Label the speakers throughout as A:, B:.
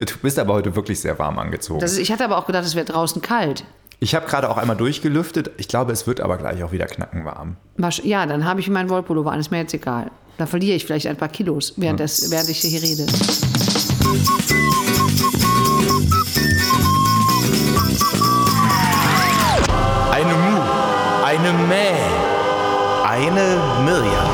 A: Du bist aber heute wirklich sehr warm angezogen.
B: Das ist, ich hatte aber auch gedacht, es wäre draußen kalt.
A: ich habe gerade auch einmal durchgelüftet. Ich glaube, es wird aber gleich auch wieder knacken warm.
B: Wasch- Ja, dann habe ich meinen Wollpullover an, ist mir jetzt egal. Da verliere ich vielleicht ein paar Kilos, während, das, während ich hier rede.
C: Eine Mu, eine Mäh, eine Mirja.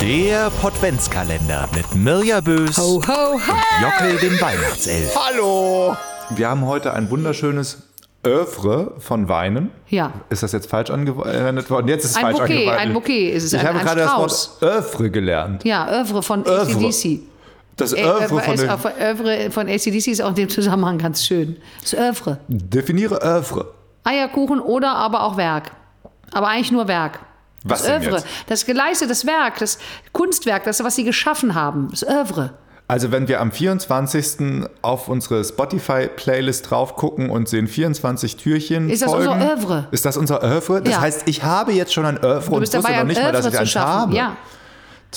C: Der Potwenzkalender mit Mirja Bös,
B: Ho, ho, ho!
C: Jockel dem Weihnachtself.
A: Hallo! Wir haben heute ein wunderschönes Övre von Weinen.
B: Ja.
A: Ist das jetzt falsch angewendet worden? Jetzt ist es
B: Ein
A: falsch
B: Bouquet,
A: angewendet.
B: ein Bouquet ist es,
A: Ich
B: ein-
A: habe
B: ein
A: gerade
B: Strauß.
A: das Wort Övre gelernt.
B: Ja, Övre von ACDC.
A: Das
B: Äh,
A: Övre von
B: ist,
A: den,
B: auf- Övre von ACDC ist auch in dem Zusammenhang ganz schön. Das Övre.
A: Definiere Övre.
B: Eierkuchen oder aber auch Werk. Aber eigentlich nur Werk.
A: Was
B: Das
A: denn
B: Övre.
A: jetzt?
B: Das geleistete, das Werk, das Kunstwerk, das, was sie geschaffen haben. Das Övre.
A: Also wenn wir am 24. auf unsere Spotify-Playlist drauf gucken und sehen 24 Türchen.
B: Ist das
A: folgen,
B: unser Övre?
A: Ist das unser Övre? Das
B: Ja.
A: heißt, ich habe jetzt schon ein Övre
B: Du
A: und
B: bist
A: wusste
B: dabei,
A: noch
B: ein
A: nicht mal, dass
B: Övre
A: ich
B: zu
A: eins
B: schaffen.
A: habe.
B: Ja.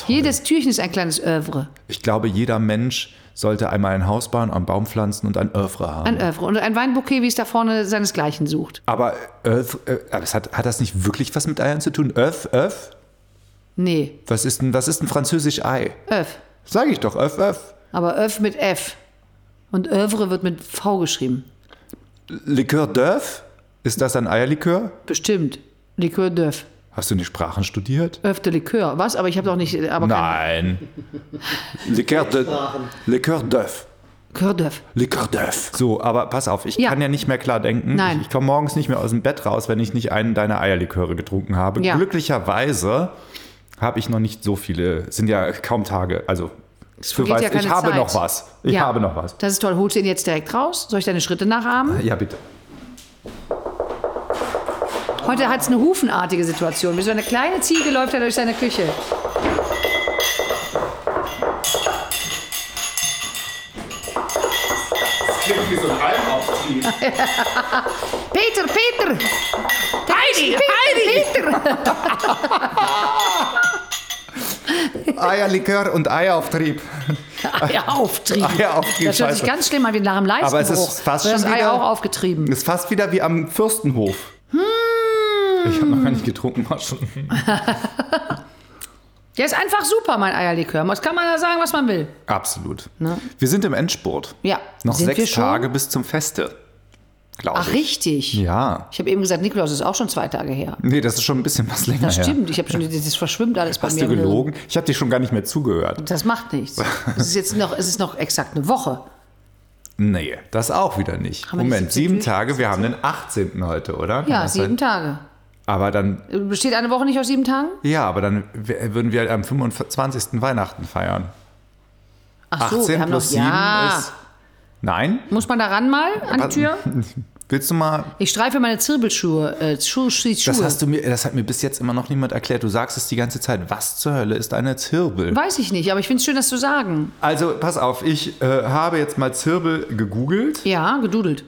B: Jedes Türchen ist ein kleines Övre.
A: Ich glaube, jeder Mensch sollte einmal ein Haus bauen, einen Baum pflanzen und ein Övre haben.
B: Ein Övre. Und ein Weinbouquet, wie es da vorne seinesgleichen sucht.
A: aber Övre, äh, aber es hat, hat das nicht wirklich was mit Eiern zu tun? Öf, öf?
B: Nee,
A: Was ist denn, was ist denn französisch Ei?
B: Öf.
A: Sag ich doch, öf, öf.
B: Aber Öf mit F. Und Övre wird mit V geschrieben.
A: Likör d'œuf? Ist das ein Eierlikör?
B: Bestimmt. Likör d'Öf.
A: Hast du nicht Sprachen studiert?
B: Öf de Likör. Was? Aber ich habe doch nicht. Aber
A: Nein. Likör de- Likör d'œuf.
B: kein Likör d'Öf.
A: Likör d'œuf. So, aber pass auf, ich
B: Ja.
A: kann ja nicht mehr klar denken.
B: Nein.
A: Ich, ich komme morgens nicht mehr aus dem Bett raus, wenn ich nicht einen deiner Eierliköre getrunken habe.
B: Ja.
A: Glücklicherweise habe ich noch nicht so viele, sind ja kaum Tage, also für
B: vergeht
A: weiß,
B: ja keine
A: ich habe
B: Zeit.
A: noch was. Ich
B: Ja.
A: habe noch was.
B: Das ist toll. Holst du ihn jetzt direkt raus? Soll ich deine Schritte nachahmen?
A: Ja, bitte.
B: Heute hat es eine hufenartige Situation. Wie so eine kleine Ziege läuft er durch seine Küche. Peter, Peter! Heidi, Peter, Heidi! Peter!
A: Eierlikör und Eierauftrieb.
B: Eierauftrieb.
A: Eierauftrieb,
B: Das hört sich
A: Ah, scheiße.
B: ganz schnell mal wie nach einem Leistenbruch.
A: Aber es ist fast
B: Wird das
A: schon
B: Ei
A: wieder-
B: auch aufgetrieben.
A: Ist fast wieder wie am Fürstenhof.
B: Hm.
A: Ich habe noch gar nicht getrunken. war schon-
B: Der ist einfach super, mein Eierlikör. Das kann man ja sagen, was man will.
A: Absolut. Wir sind im Endspurt.
B: Ne? Ja.
A: Noch
B: Sind wir
A: sechs
B: schon?
A: Tage bis zum Feste. Glaube
B: Ach,
A: ich.
B: richtig.
A: Ja.
B: Ich habe eben gesagt, Nikolaus ist auch schon zwei Tage her.
A: Nee, das ist schon ein bisschen was länger
B: Das
A: her.
B: stimmt, ich habe schon, das verschwimmt alles bei
A: Hast
B: mir.
A: du
B: im Hirn.
A: gelogen? Ich habe dir schon gar nicht mehr zugehört.
B: Das macht nichts. Es ist jetzt noch, es ist noch exakt eine Woche.
A: Nee, das auch wieder nicht.
B: wir die
A: Moment,
B: 17
A: sieben
B: durch?
A: Tage, wir haben den 18. heute, oder? Kann
B: Ja,
A: das sein?
B: sieben Tage.
A: Aber dann,
B: Besteht eine Woche nicht aus sieben Tagen?
A: ja, aber dann w- würden wir am 25. Weihnachten feiern.
B: Ach so,
A: 18
B: wir haben
A: plus
B: noch,
A: sieben
B: ja.
A: ist- Nein?
B: Muss man da ran mal an die
A: Was-
B: Tür?
A: Willst du mal
B: Ich streife meine Zirbelschuhe. Äh, Schuhe, Schuhe.
A: Das hast du mir, das hat mir bis jetzt immer noch niemand erklärt. Du sagst es die ganze Zeit. Was zur Hölle ist eine Zirbel?
B: Weiß ich nicht, aber ich finde es schön, das zu sagen.
A: Also pass auf, ich äh, habe jetzt mal Zirbel gegoogelt,
B: Ja, gedudelt.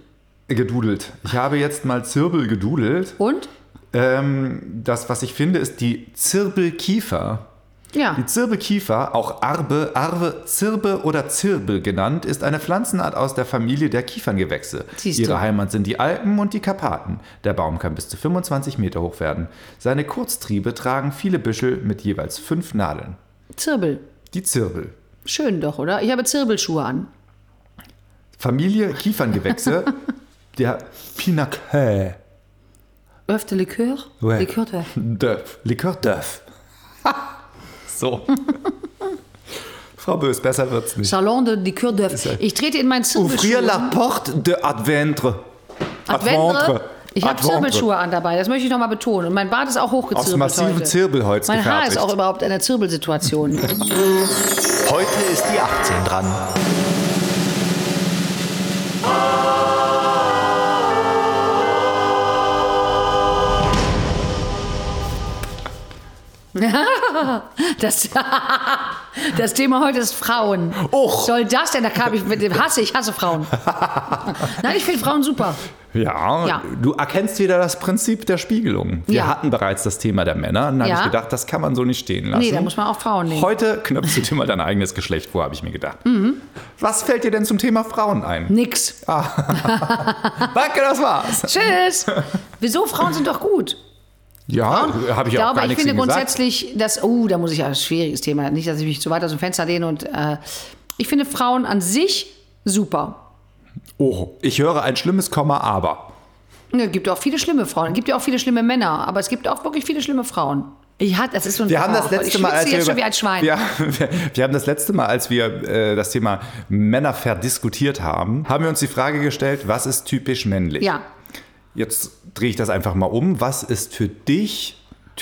A: gedudelt. Ich habe jetzt mal Zirbel gedudelt.
B: Und?
A: Ähm, das, was ich finde, ist die Zirbelkiefer.
B: Ja.
A: Die Zirbelkiefer, auch Arbe, Arve, Zirbe oder Zirbel genannt, ist eine Pflanzenart aus der Familie der Kieferngewächse.
B: Siehst du.
A: Ihre Heimat sind die Alpen und die Karpaten. Der Baum kann bis zu 25 Meter hoch werden. Seine Kurztriebe tragen viele Büschel mit jeweils fünf Nadeln.
B: Zirbel.
A: Die Zirbel.
B: Schön doch, oder? Ich habe Zirbelschuhe an.
A: Familie Kieferngewächse der Pinacae.
B: Öfte Likör?
A: Ouais.
B: Likör d'œuf.
A: Döf. Likör Döf. so. Frau Bös, besser wird's nicht.
B: Salon de Likör d'œuf. Ich trete in meinen
A: Ouvrir
B: Zirbelschuhe.
A: la porte de Adventre.
B: Adventre. Ich habe
A: Adventre.
B: Zirbelschuhe an dabei, das möchte ich nochmal betonen. Und mein Bart ist auch hochgezirbelt
A: Aus massivem
B: heute.
A: Zirbelholz
B: Mein Haar
A: gefertigt.
B: ist auch überhaupt in der Zirbelsituation.
C: Heute ist die 18 dran.
B: Das, Das Thema heute ist Frauen.
A: Och.
B: Soll das denn? Da kam ich mit dem Hasse, ich hasse Frauen. Nein, ich finde Frauen super.
A: Ja,
B: Ja.
A: du erkennst wieder das Prinzip der Spiegelung. Wir
B: Ja.
A: hatten bereits das Thema der Männer und dann
B: Ja.
A: habe ich gedacht, das kann man so nicht stehen lassen.
B: Nee, da muss man auch Frauen nehmen. Mhm.
A: Heute knöpfst du dir mal dein eigenes Geschlecht vor, habe ich mir gedacht. Was fällt dir denn zum Thema Frauen ein?
B: Nix.
A: Danke, das war's.
B: Tschüss. Wieso? Frauen sind doch gut.
A: Ja, habe ich
B: Ich
A: auch
B: glaube,
A: gar
B: ich
A: nichts
B: finde
A: gegen gesagt.
B: grundsätzlich, dass, oh, da muss ich ja, schwieriges Thema, nicht, dass ich mich zu weit aus dem Fenster lehne und äh, ich finde Frauen an sich super.
A: Oh, ich höre ein schlimmes Komma, aber.
B: Es gibt auch viele schlimme Frauen, es gibt ja auch viele schlimme Männer, aber es gibt auch wirklich viele schlimme Frauen. Ich hat, das ist so ein
A: Wir haben das
B: Ach,
A: letzte
B: Oh, ich
A: Mal,
B: schwitze
A: als wir,
B: jetzt schon
A: über-
B: wie ein Schwein.
A: Wir, wir, wir haben das letzte Mal, als wir äh, das Thema Männer verdiskutiert haben, haben wir uns die Frage gestellt, was ist typisch männlich?
B: Ja,
A: Jetzt drehe ich das einfach mal um. Was ist für dich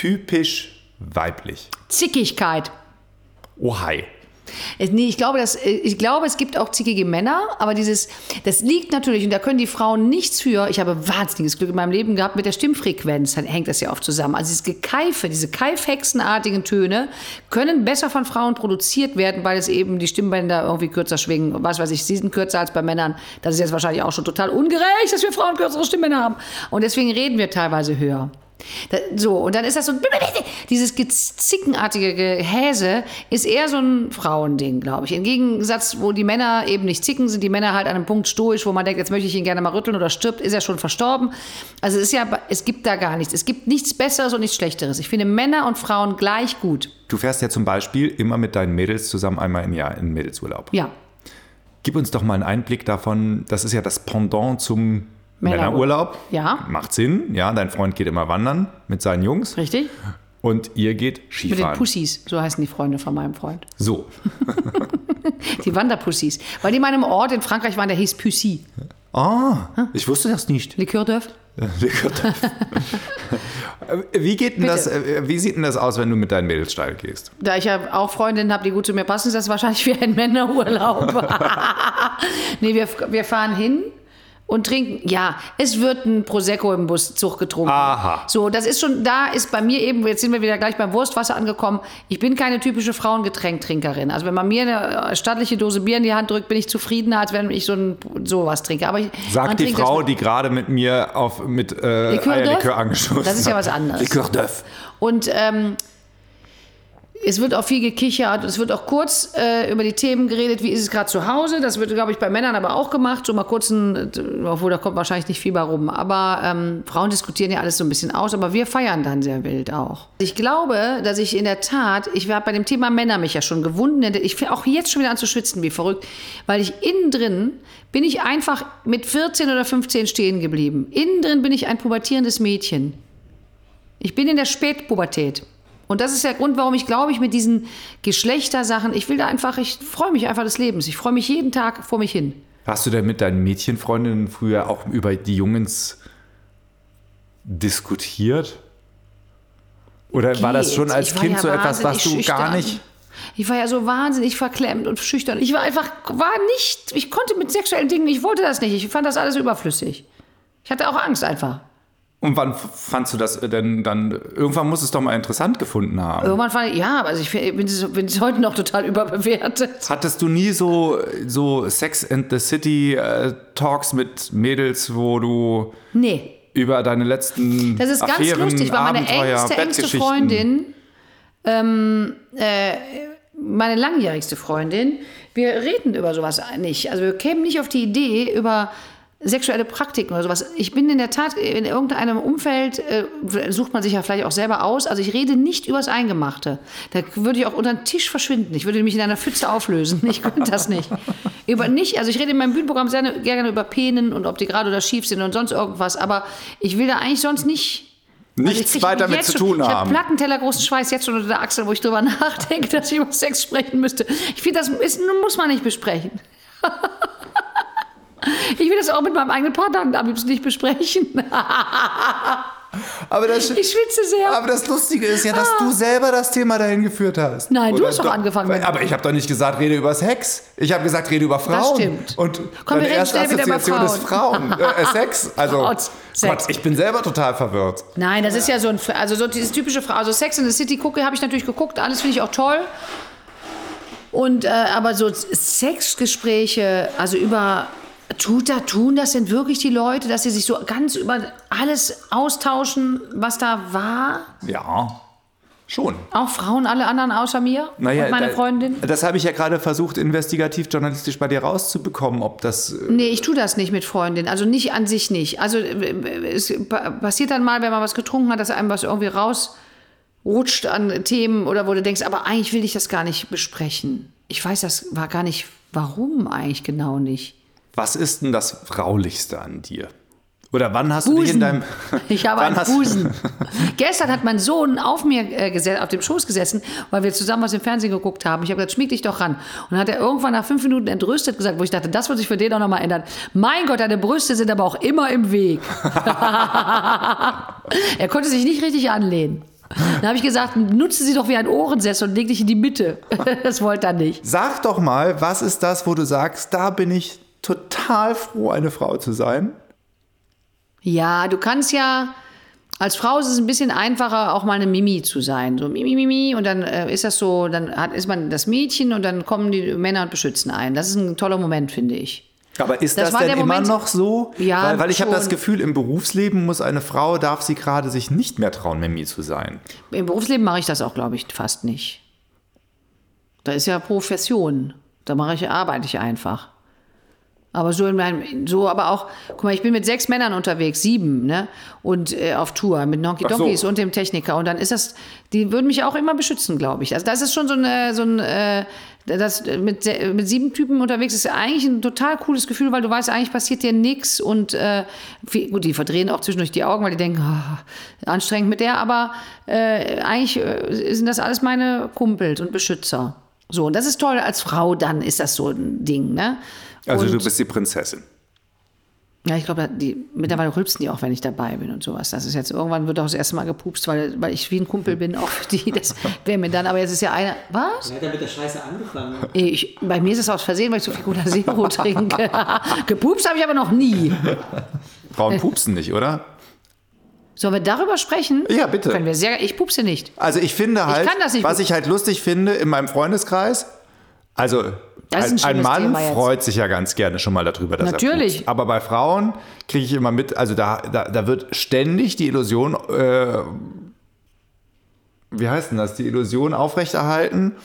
A: typisch weiblich?
B: Zickigkeit.
A: Oh, hi.
B: Es- Nee, ich glaube, das, ich glaube, es gibt auch zickige Männer, aber dieses, das liegt natürlich, und da können die Frauen nichts für. Ich habe wahnsinniges Glück in meinem Leben gehabt mit der Stimmfrequenz, dann hängt das ja oft zusammen. Also dieses Gekeife, diese Keifhexenartigen Töne können besser von Frauen produziert werden, weil es eben die Stimmbänder irgendwie kürzer schwingen. Was weiß ich, sie sind kürzer als bei Männern. Das ist jetzt wahrscheinlich auch schon total ungerecht, dass wir Frauen kürzere Stimmbänder haben. Und deswegen reden wir teilweise höher. Da, so, und dann ist das so, dieses ge- zickenartige Gehäse ist eher so ein Frauending, glaube ich. Im Gegensatz, wo die Männer eben nicht zicken, sind die Männer halt an einem Punkt stoisch, wo man denkt, jetzt möchte ich ihn gerne mal rütteln oder stirbt, ist er schon verstorben. Also es ist ja, es gibt da gar nichts. Es gibt nichts Besseres und nichts Schlechteres. Ich finde Männer und Frauen gleich gut.
A: Du fährst ja zum Beispiel immer mit deinen Mädels zusammen einmal im Jahr in Mädelsurlaub.
B: Ja.
A: Gib uns doch mal einen Einblick davon. Das ist ja das Pendant zum
B: Männerurlaub.
A: Männerurlaub.
B: Ja.
A: Macht Sinn. Ja, dein Freund geht immer wandern mit seinen Jungs
B: Richtig?
A: und ihr geht
B: Mit den
A: Skifahren.
B: Pussys, so heißen die Freunde von meinem Freund.
A: so.
B: Die Wanderpussys. Weil die in meinem Ort in Frankreich waren, der hieß Pussy.
A: Ah, ich wusste das nicht.
B: Le Coeur d'œuf.
A: Oh wie, geht denn
B: Bitte.
A: das, äh, wie sieht denn das aus, wenn du mit deinen Mädels steil gehst?
B: Da ich ja auch Freundinnen habe, die gut zu mir passen, ist das wahrscheinlich wie ein Männerurlaub. nee, wir, wir fahren hin und trinken. Ja, es wird ein Prosecco im Buszug getrunken.
A: Aha.
B: So, das ist schon, da ist bei mir eben, jetzt sind wir wieder gleich beim Wurstwasser angekommen. Ich bin keine typische Frauengetränktrinkerin. Also, wenn man mir eine äh, stattliche Dose Bier in die Hand drückt, bin ich zufriedener, als wenn ich so ein, sowas trinke. Aber ich, man
A: Sagt die
B: trinkt das
A: Frau,
B: mit-
A: die gerade mit mir auf, mit äh,
B: Likör d'œuf?
A: Eierlikör angeschossen hat.
B: Das ist ja was anderes.
A: Likör d'œuf.
B: Und ähm, es wird auch viel gekichert und es wird auch kurz äh, über die Themen geredet, wie ist es gerade zu Hause. Das wird, glaube ich, bei Männern aber auch gemacht. So mal kurz ein, obwohl da kommt wahrscheinlich nicht viel bei rum. Aber ähm, Frauen diskutieren ja alles so ein bisschen aus, aber wir feiern dann sehr wild auch. Also Ich glaube, dass ich in der Tat, ich war bei dem Thema Männer mich ja schon gewunden. hätte. Ich fange auch jetzt schon wieder an zu schwitzen, wie verrückt, weil ich innen drin bin ich einfach mit 14 oder 15 stehen geblieben. Innen drin bin ich ein pubertierendes Mädchen. Ich bin in der Spätpubertät. Und das ist der Grund, warum ich glaube, ich mit diesen Geschlechtersachen, ich will da einfach, ich freue mich einfach des Lebens. Ich freue mich jeden Tag vor mich hin.
A: Hast du denn mit deinen Mädchenfreundinnen früher auch über die Jungs diskutiert? Oder war das schon
B: Geht's?
A: als
B: Ich war
A: Kind
B: ja
A: so etwas, was du
B: wahnsinnig
A: gar
B: schüchtern.
A: nicht.
B: Ich war ja so wahnsinnig verklemmt und schüchtern. Ich war einfach, war nicht, ich konnte mit sexuellen Dingen, ich wollte das nicht. Ich fand das alles überflüssig. Ich hatte auch Angst einfach.
A: Und wann f- fandst du das äh, denn dann? Irgendwann muss es doch mal interessant gefunden haben.
B: Irgendwann fand ich, ja, also ich bin es bin es heute noch total überbewertet.
A: Hattest du nie so, so Sex and the City äh, Talks mit Mädels, wo du
B: Nee,
A: über deine letzten
B: Das ist ganz
A: Affären,
B: lustig, weil meine
A: Abenteuer,
B: engste, engste
A: Bettgeschichten-
B: Freundin, ähm, äh, meine langjährigste Freundin, wir reden über sowas nicht. Also wir kämen nicht auf die Idee, über sexuelle Praktiken oder sowas. Ich bin in der Tat in irgendeinem Umfeld, äh, sucht man sich ja vielleicht auch selber aus, also ich rede nicht übers Eingemachte. Da würde ich auch unter den Tisch verschwinden. Ich würde mich in einer Pfütze auflösen. Ich könnte das nicht. Über nicht, also ich rede in meinem Bühnenprogramm sehr gerne über Penen und ob die gerade oder schief sind und sonst irgendwas, aber ich will da eigentlich sonst nicht
A: Nichts weiter mit zu tun
B: Also ich krieg jetzt schon-
A: haben.
B: Ich habe Plattenteller großen Schweiß jetzt schon unter der Achsel, wo ich drüber nachdenke, dass ich über Sex sprechen müsste. Ich finde, das ist, muss man nicht besprechen. Ich will das auch mit meinem eigenen Partner am liebsten nicht besprechen.
A: Aber das,
B: Ich schwitze sehr.
A: aber das Lustige ist ja, dass du selber das Thema dahin geführt hast.
B: Ah. Nein, du hast doch angefangen mit-
A: Aber ich habe doch nicht gesagt, rede über Sex. Ich habe gesagt, rede über Frauen.
B: stimmt.
A: Und
B: Komm,
A: deine
B: wir reden
A: erste
B: schnell wieder über
A: Assoziation ist Frauen. äh, Sex. Also,
B: Gott, Sex.
A: Gott, ich bin selber total verwirrt.
B: Nein, das ist ja so ein, also so dieses typische Frau. Also Sex in the City gucke, habe ich natürlich geguckt, alles finde ich auch toll. Und äh, aber so Sexgespräche, also über tut da tun das denn wirklich die Leute, dass sie sich so ganz über alles austauschen, was da war?
A: Ja, schon.
B: Auch Frauen, alle anderen außer mir und meine
A: da-
B: Freundin?
A: Das habe ich ja gerade versucht, investigativ journalistisch bei dir rauszubekommen, ob das. äh,
B: Nee, ich tue das nicht mit Freundin. Also nicht an sich nicht. Also äh, es pa- passiert dann mal, wenn man was getrunken hat, dass einem was irgendwie rausrutscht an Themen oder wo du denkst, aber eigentlich will ich das gar nicht besprechen. Ich weiß, das war gar nicht, warum eigentlich genau nicht.
A: Was ist denn das Fraulichste an dir? Oder wann hast du dich in
B: Busen.
A: deinem.
B: Ich habe
A: Wann
B: einen
A: hast-
B: Busen. Gestern hat mein Sohn auf mir äh, gesessen, auf dem Schoß gesessen, weil wir zusammen was im Fernsehen geguckt haben. Ich habe gesagt, schmieg dich doch ran. Und dann hat er irgendwann nach fünf Minuten entrüstet gesagt, wo ich dachte, das wird sich für den auch nochmal ändern. Mein Gott, deine Brüste sind aber auch immer im Weg. er konnte sich nicht richtig anlehnen. Dann habe ich gesagt, nutze sie doch wie ein Ohrensessel und leg dich in die Mitte. das wollte er nicht.
A: Sag doch mal, was ist das, wo du sagst, da bin ich total froh, eine Frau zu sein?
B: Ja, du kannst ja. Als Frau ist es ein bisschen einfacher, auch mal eine Mimi zu sein. So Mimi, Mimi. Und dann äh, ist das so, dann hat, ist man das Mädchen und dann kommen die Männer und beschützen einen. Das ist ein toller Moment, finde ich.
A: Aber ist
B: Das
A: das,
B: war
A: denn
B: der
A: immer
B: Moment-
A: noch so?
B: Ja,
A: weil, weil ich habe das
B: schon.
A: Gefühl, im Berufsleben muss eine Frau, darf sie gerade sich nicht mehr trauen, Mimi zu sein.
B: Im Berufsleben mache ich das auch, glaube ich, fast nicht. Da ist ja Profession. Da mache ich, arbeite ich einfach. Aber so in meinem, so aber auch, guck mal, ich bin mit sechs Männern unterwegs, sieben, ne? Und äh, auf Tour mit Nonky
A: Ach so.
B: Donkeys und dem Techniker. Und dann ist das, die würden mich auch immer beschützen, glaube ich. Also das ist schon so ein, äh, so ein, äh, das äh, mit, se- mit sieben Typen unterwegs ist eigentlich ein total cooles Gefühl, weil du weißt, eigentlich passiert dir nichts und äh, viel, gut, die verdrehen auch zwischendurch die Augen, weil die denken, ah, anstrengend mit der, aber äh, eigentlich äh, sind das alles meine Kumpels und Beschützer. So, und das ist toll, als Frau dann ist das so ein Ding, ne?
A: Also
B: und,
A: du bist die Prinzessin.
B: ja, ich glaube, die, mittlerweile rülpsen die auch, wenn ich dabei bin und sowas. Das ist jetzt, irgendwann wird auch das erste Mal gepupst, weil, weil ich wie ein Kumpel bin, auch für die. Das wäre mir dann, aber jetzt ist ja einer, was?
D: Er hat ja mit der Scheiße angefangen.
B: Ich, bei mir ist es aus Versehen, weil ich so viel Cola Zero trinke. gepupst habe ich aber noch nie.
A: Frauen pupsen nicht, oder?
B: Sollen wir darüber sprechen?
A: Ja, bitte.
B: Können wir sehr, ich pupse nicht.
A: Also ich finde halt,
B: kann das nicht
A: was
B: gut-
A: ich halt lustig finde in meinem Freundeskreis, also
B: Das ist ein
A: ein, ein
B: schönes
A: Mann
B: Thema jetzt.
A: freut sich ja ganz gerne schon mal darüber, dass
B: Natürlich.
A: er pupst. Aber bei Frauen kriege ich immer mit, also da, da, da wird ständig die Illusion, äh, wie heißt denn das, die Illusion aufrechterhalten,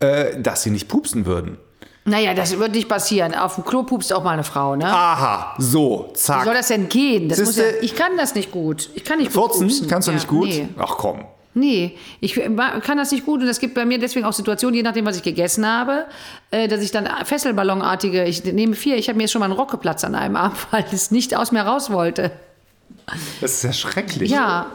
A: äh, dass sie nicht pupsen würden.
B: Naja, das wird nicht passieren. Auf dem Klo pupst auch mal eine Frau, ne?
A: Aha, so,
B: Wie soll
A: zack.
B: das denn gehen? Das muss ja,
A: Ah. Siehste-
B: ich kann das nicht gut. Ich kann nicht gut
A: Furzen,
B: pupsen.
A: kannst du
B: ja,
A: nicht gut?
B: Nee.
A: Ach komm.
B: Nee, ich ma- kann das nicht gut und es gibt bei mir deswegen auch Situationen, je nachdem, was ich gegessen habe, äh, dass ich dann Fesselballonartige, ich nehme vier, ich habe mir jetzt schon mal einen Rock geplatzt an einem Abend, weil es nicht aus mir raus wollte.
A: Das ist ja schrecklich.
B: Ja,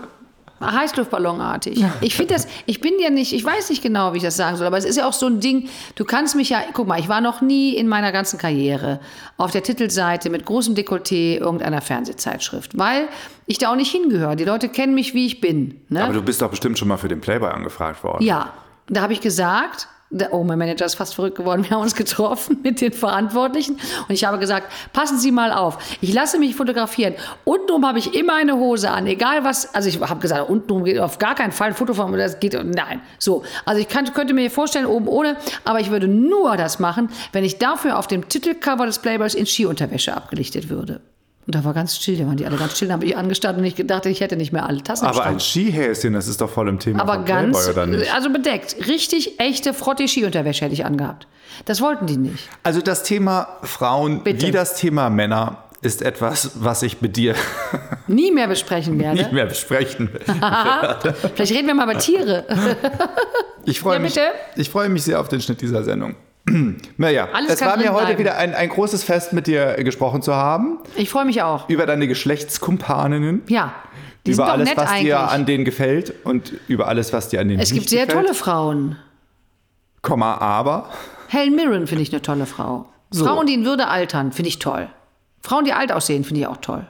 B: Heißluftballonartig. Ich finde das, ich bin ja nicht, ich weiß nicht genau, wie ich das sagen soll, aber es ist ja auch so ein Ding, du kannst mich ja, guck mal, ich war noch nie in meiner ganzen Karriere auf der Titelseite mit großem Dekolleté irgendeiner Fernsehzeitschrift, weil ich da auch nicht hingehöre. Die Leute kennen mich, wie ich bin. Ne?
A: Aber du bist doch bestimmt schon mal für den Playboy angefragt worden.
B: Ja, da habe ich gesagt, da, oh, mein Manager ist fast verrückt geworden. Wir haben uns getroffen mit den Verantwortlichen und ich habe gesagt, passen Sie mal auf. Ich lasse mich fotografieren. Untenrum habe ich immer eine Hose an, egal was. Also ich habe gesagt, untenrum geht auf gar keinen Fall ein Foto von mir, das geht, nein. So, also ich kann, könnte mir vorstellen, oben ohne, aber ich würde nur das machen, wenn ich dafür auf dem Titelcover des Playboys in Skiunterwäsche abgelichtet würde. Und da war ganz still, da waren die alle ganz still, da habe ich angestanden und ich gedacht, ich hätte nicht mehr alle Tassen im
A: Aber
B: Schrank.
A: ein Skihäschen, das ist doch voll im Thema
B: Aber
A: von
B: ganz,
A: Playboy, oder nicht?
B: also bedeckt. Richtig echte Frotti-Ski-Unterwäsche hätte ich angehabt. Das wollten die nicht.
A: Also das Thema Frauen
B: Bitte.
A: wie das Thema Männer ist etwas, was ich mit dir
B: Nie mehr besprechen werde.
A: nicht mehr besprechen will.
B: Vielleicht reden wir mal über Tiere.
A: Ich freue
B: Ja,
A: mich,
B: bitte?
A: ich freue mich sehr auf den Schnitt dieser Sendung. Naja,
B: Alles
A: es
B: kann
A: war mir
B: drin
A: heute
B: bleiben.
A: wieder ein, ein großes Fest, mit dir gesprochen zu haben,
B: Ich freue mich auch.
A: über deine Geschlechtskumpaninnen,
B: Ja. Die sind
A: über
B: doch
A: alles,
B: nett
A: was
B: eigentlich.
A: dir an denen gefällt und über alles, was dir an denen
B: es gibt
A: nicht
B: sehr
A: gefällt.
B: tolle Frauen.
A: Komma, aber.
B: Helen Mirren finde ich eine tolle Frau. Frauen, die in Würde altern, finde ich toll. Frauen, die alt aussehen, finde ich auch toll.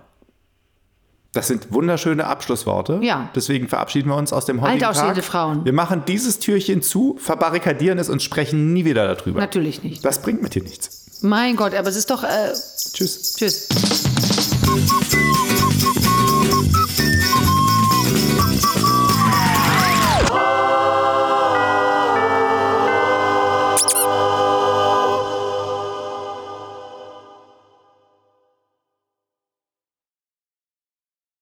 A: Das sind wunderschöne Abschlussworte.
B: Ja.
A: Deswegen verabschieden wir uns aus dem heutigen
B: Altaussehende
A: Tag.
B: Frauen.
A: Wir machen dieses Türchen zu, verbarrikadieren es und sprechen nie wieder darüber.
B: Natürlich nicht.
A: Das bringt mit dir nichts.
B: Mein Gott, aber es ist doch. Äh,
A: Tschüss.
B: tschüss.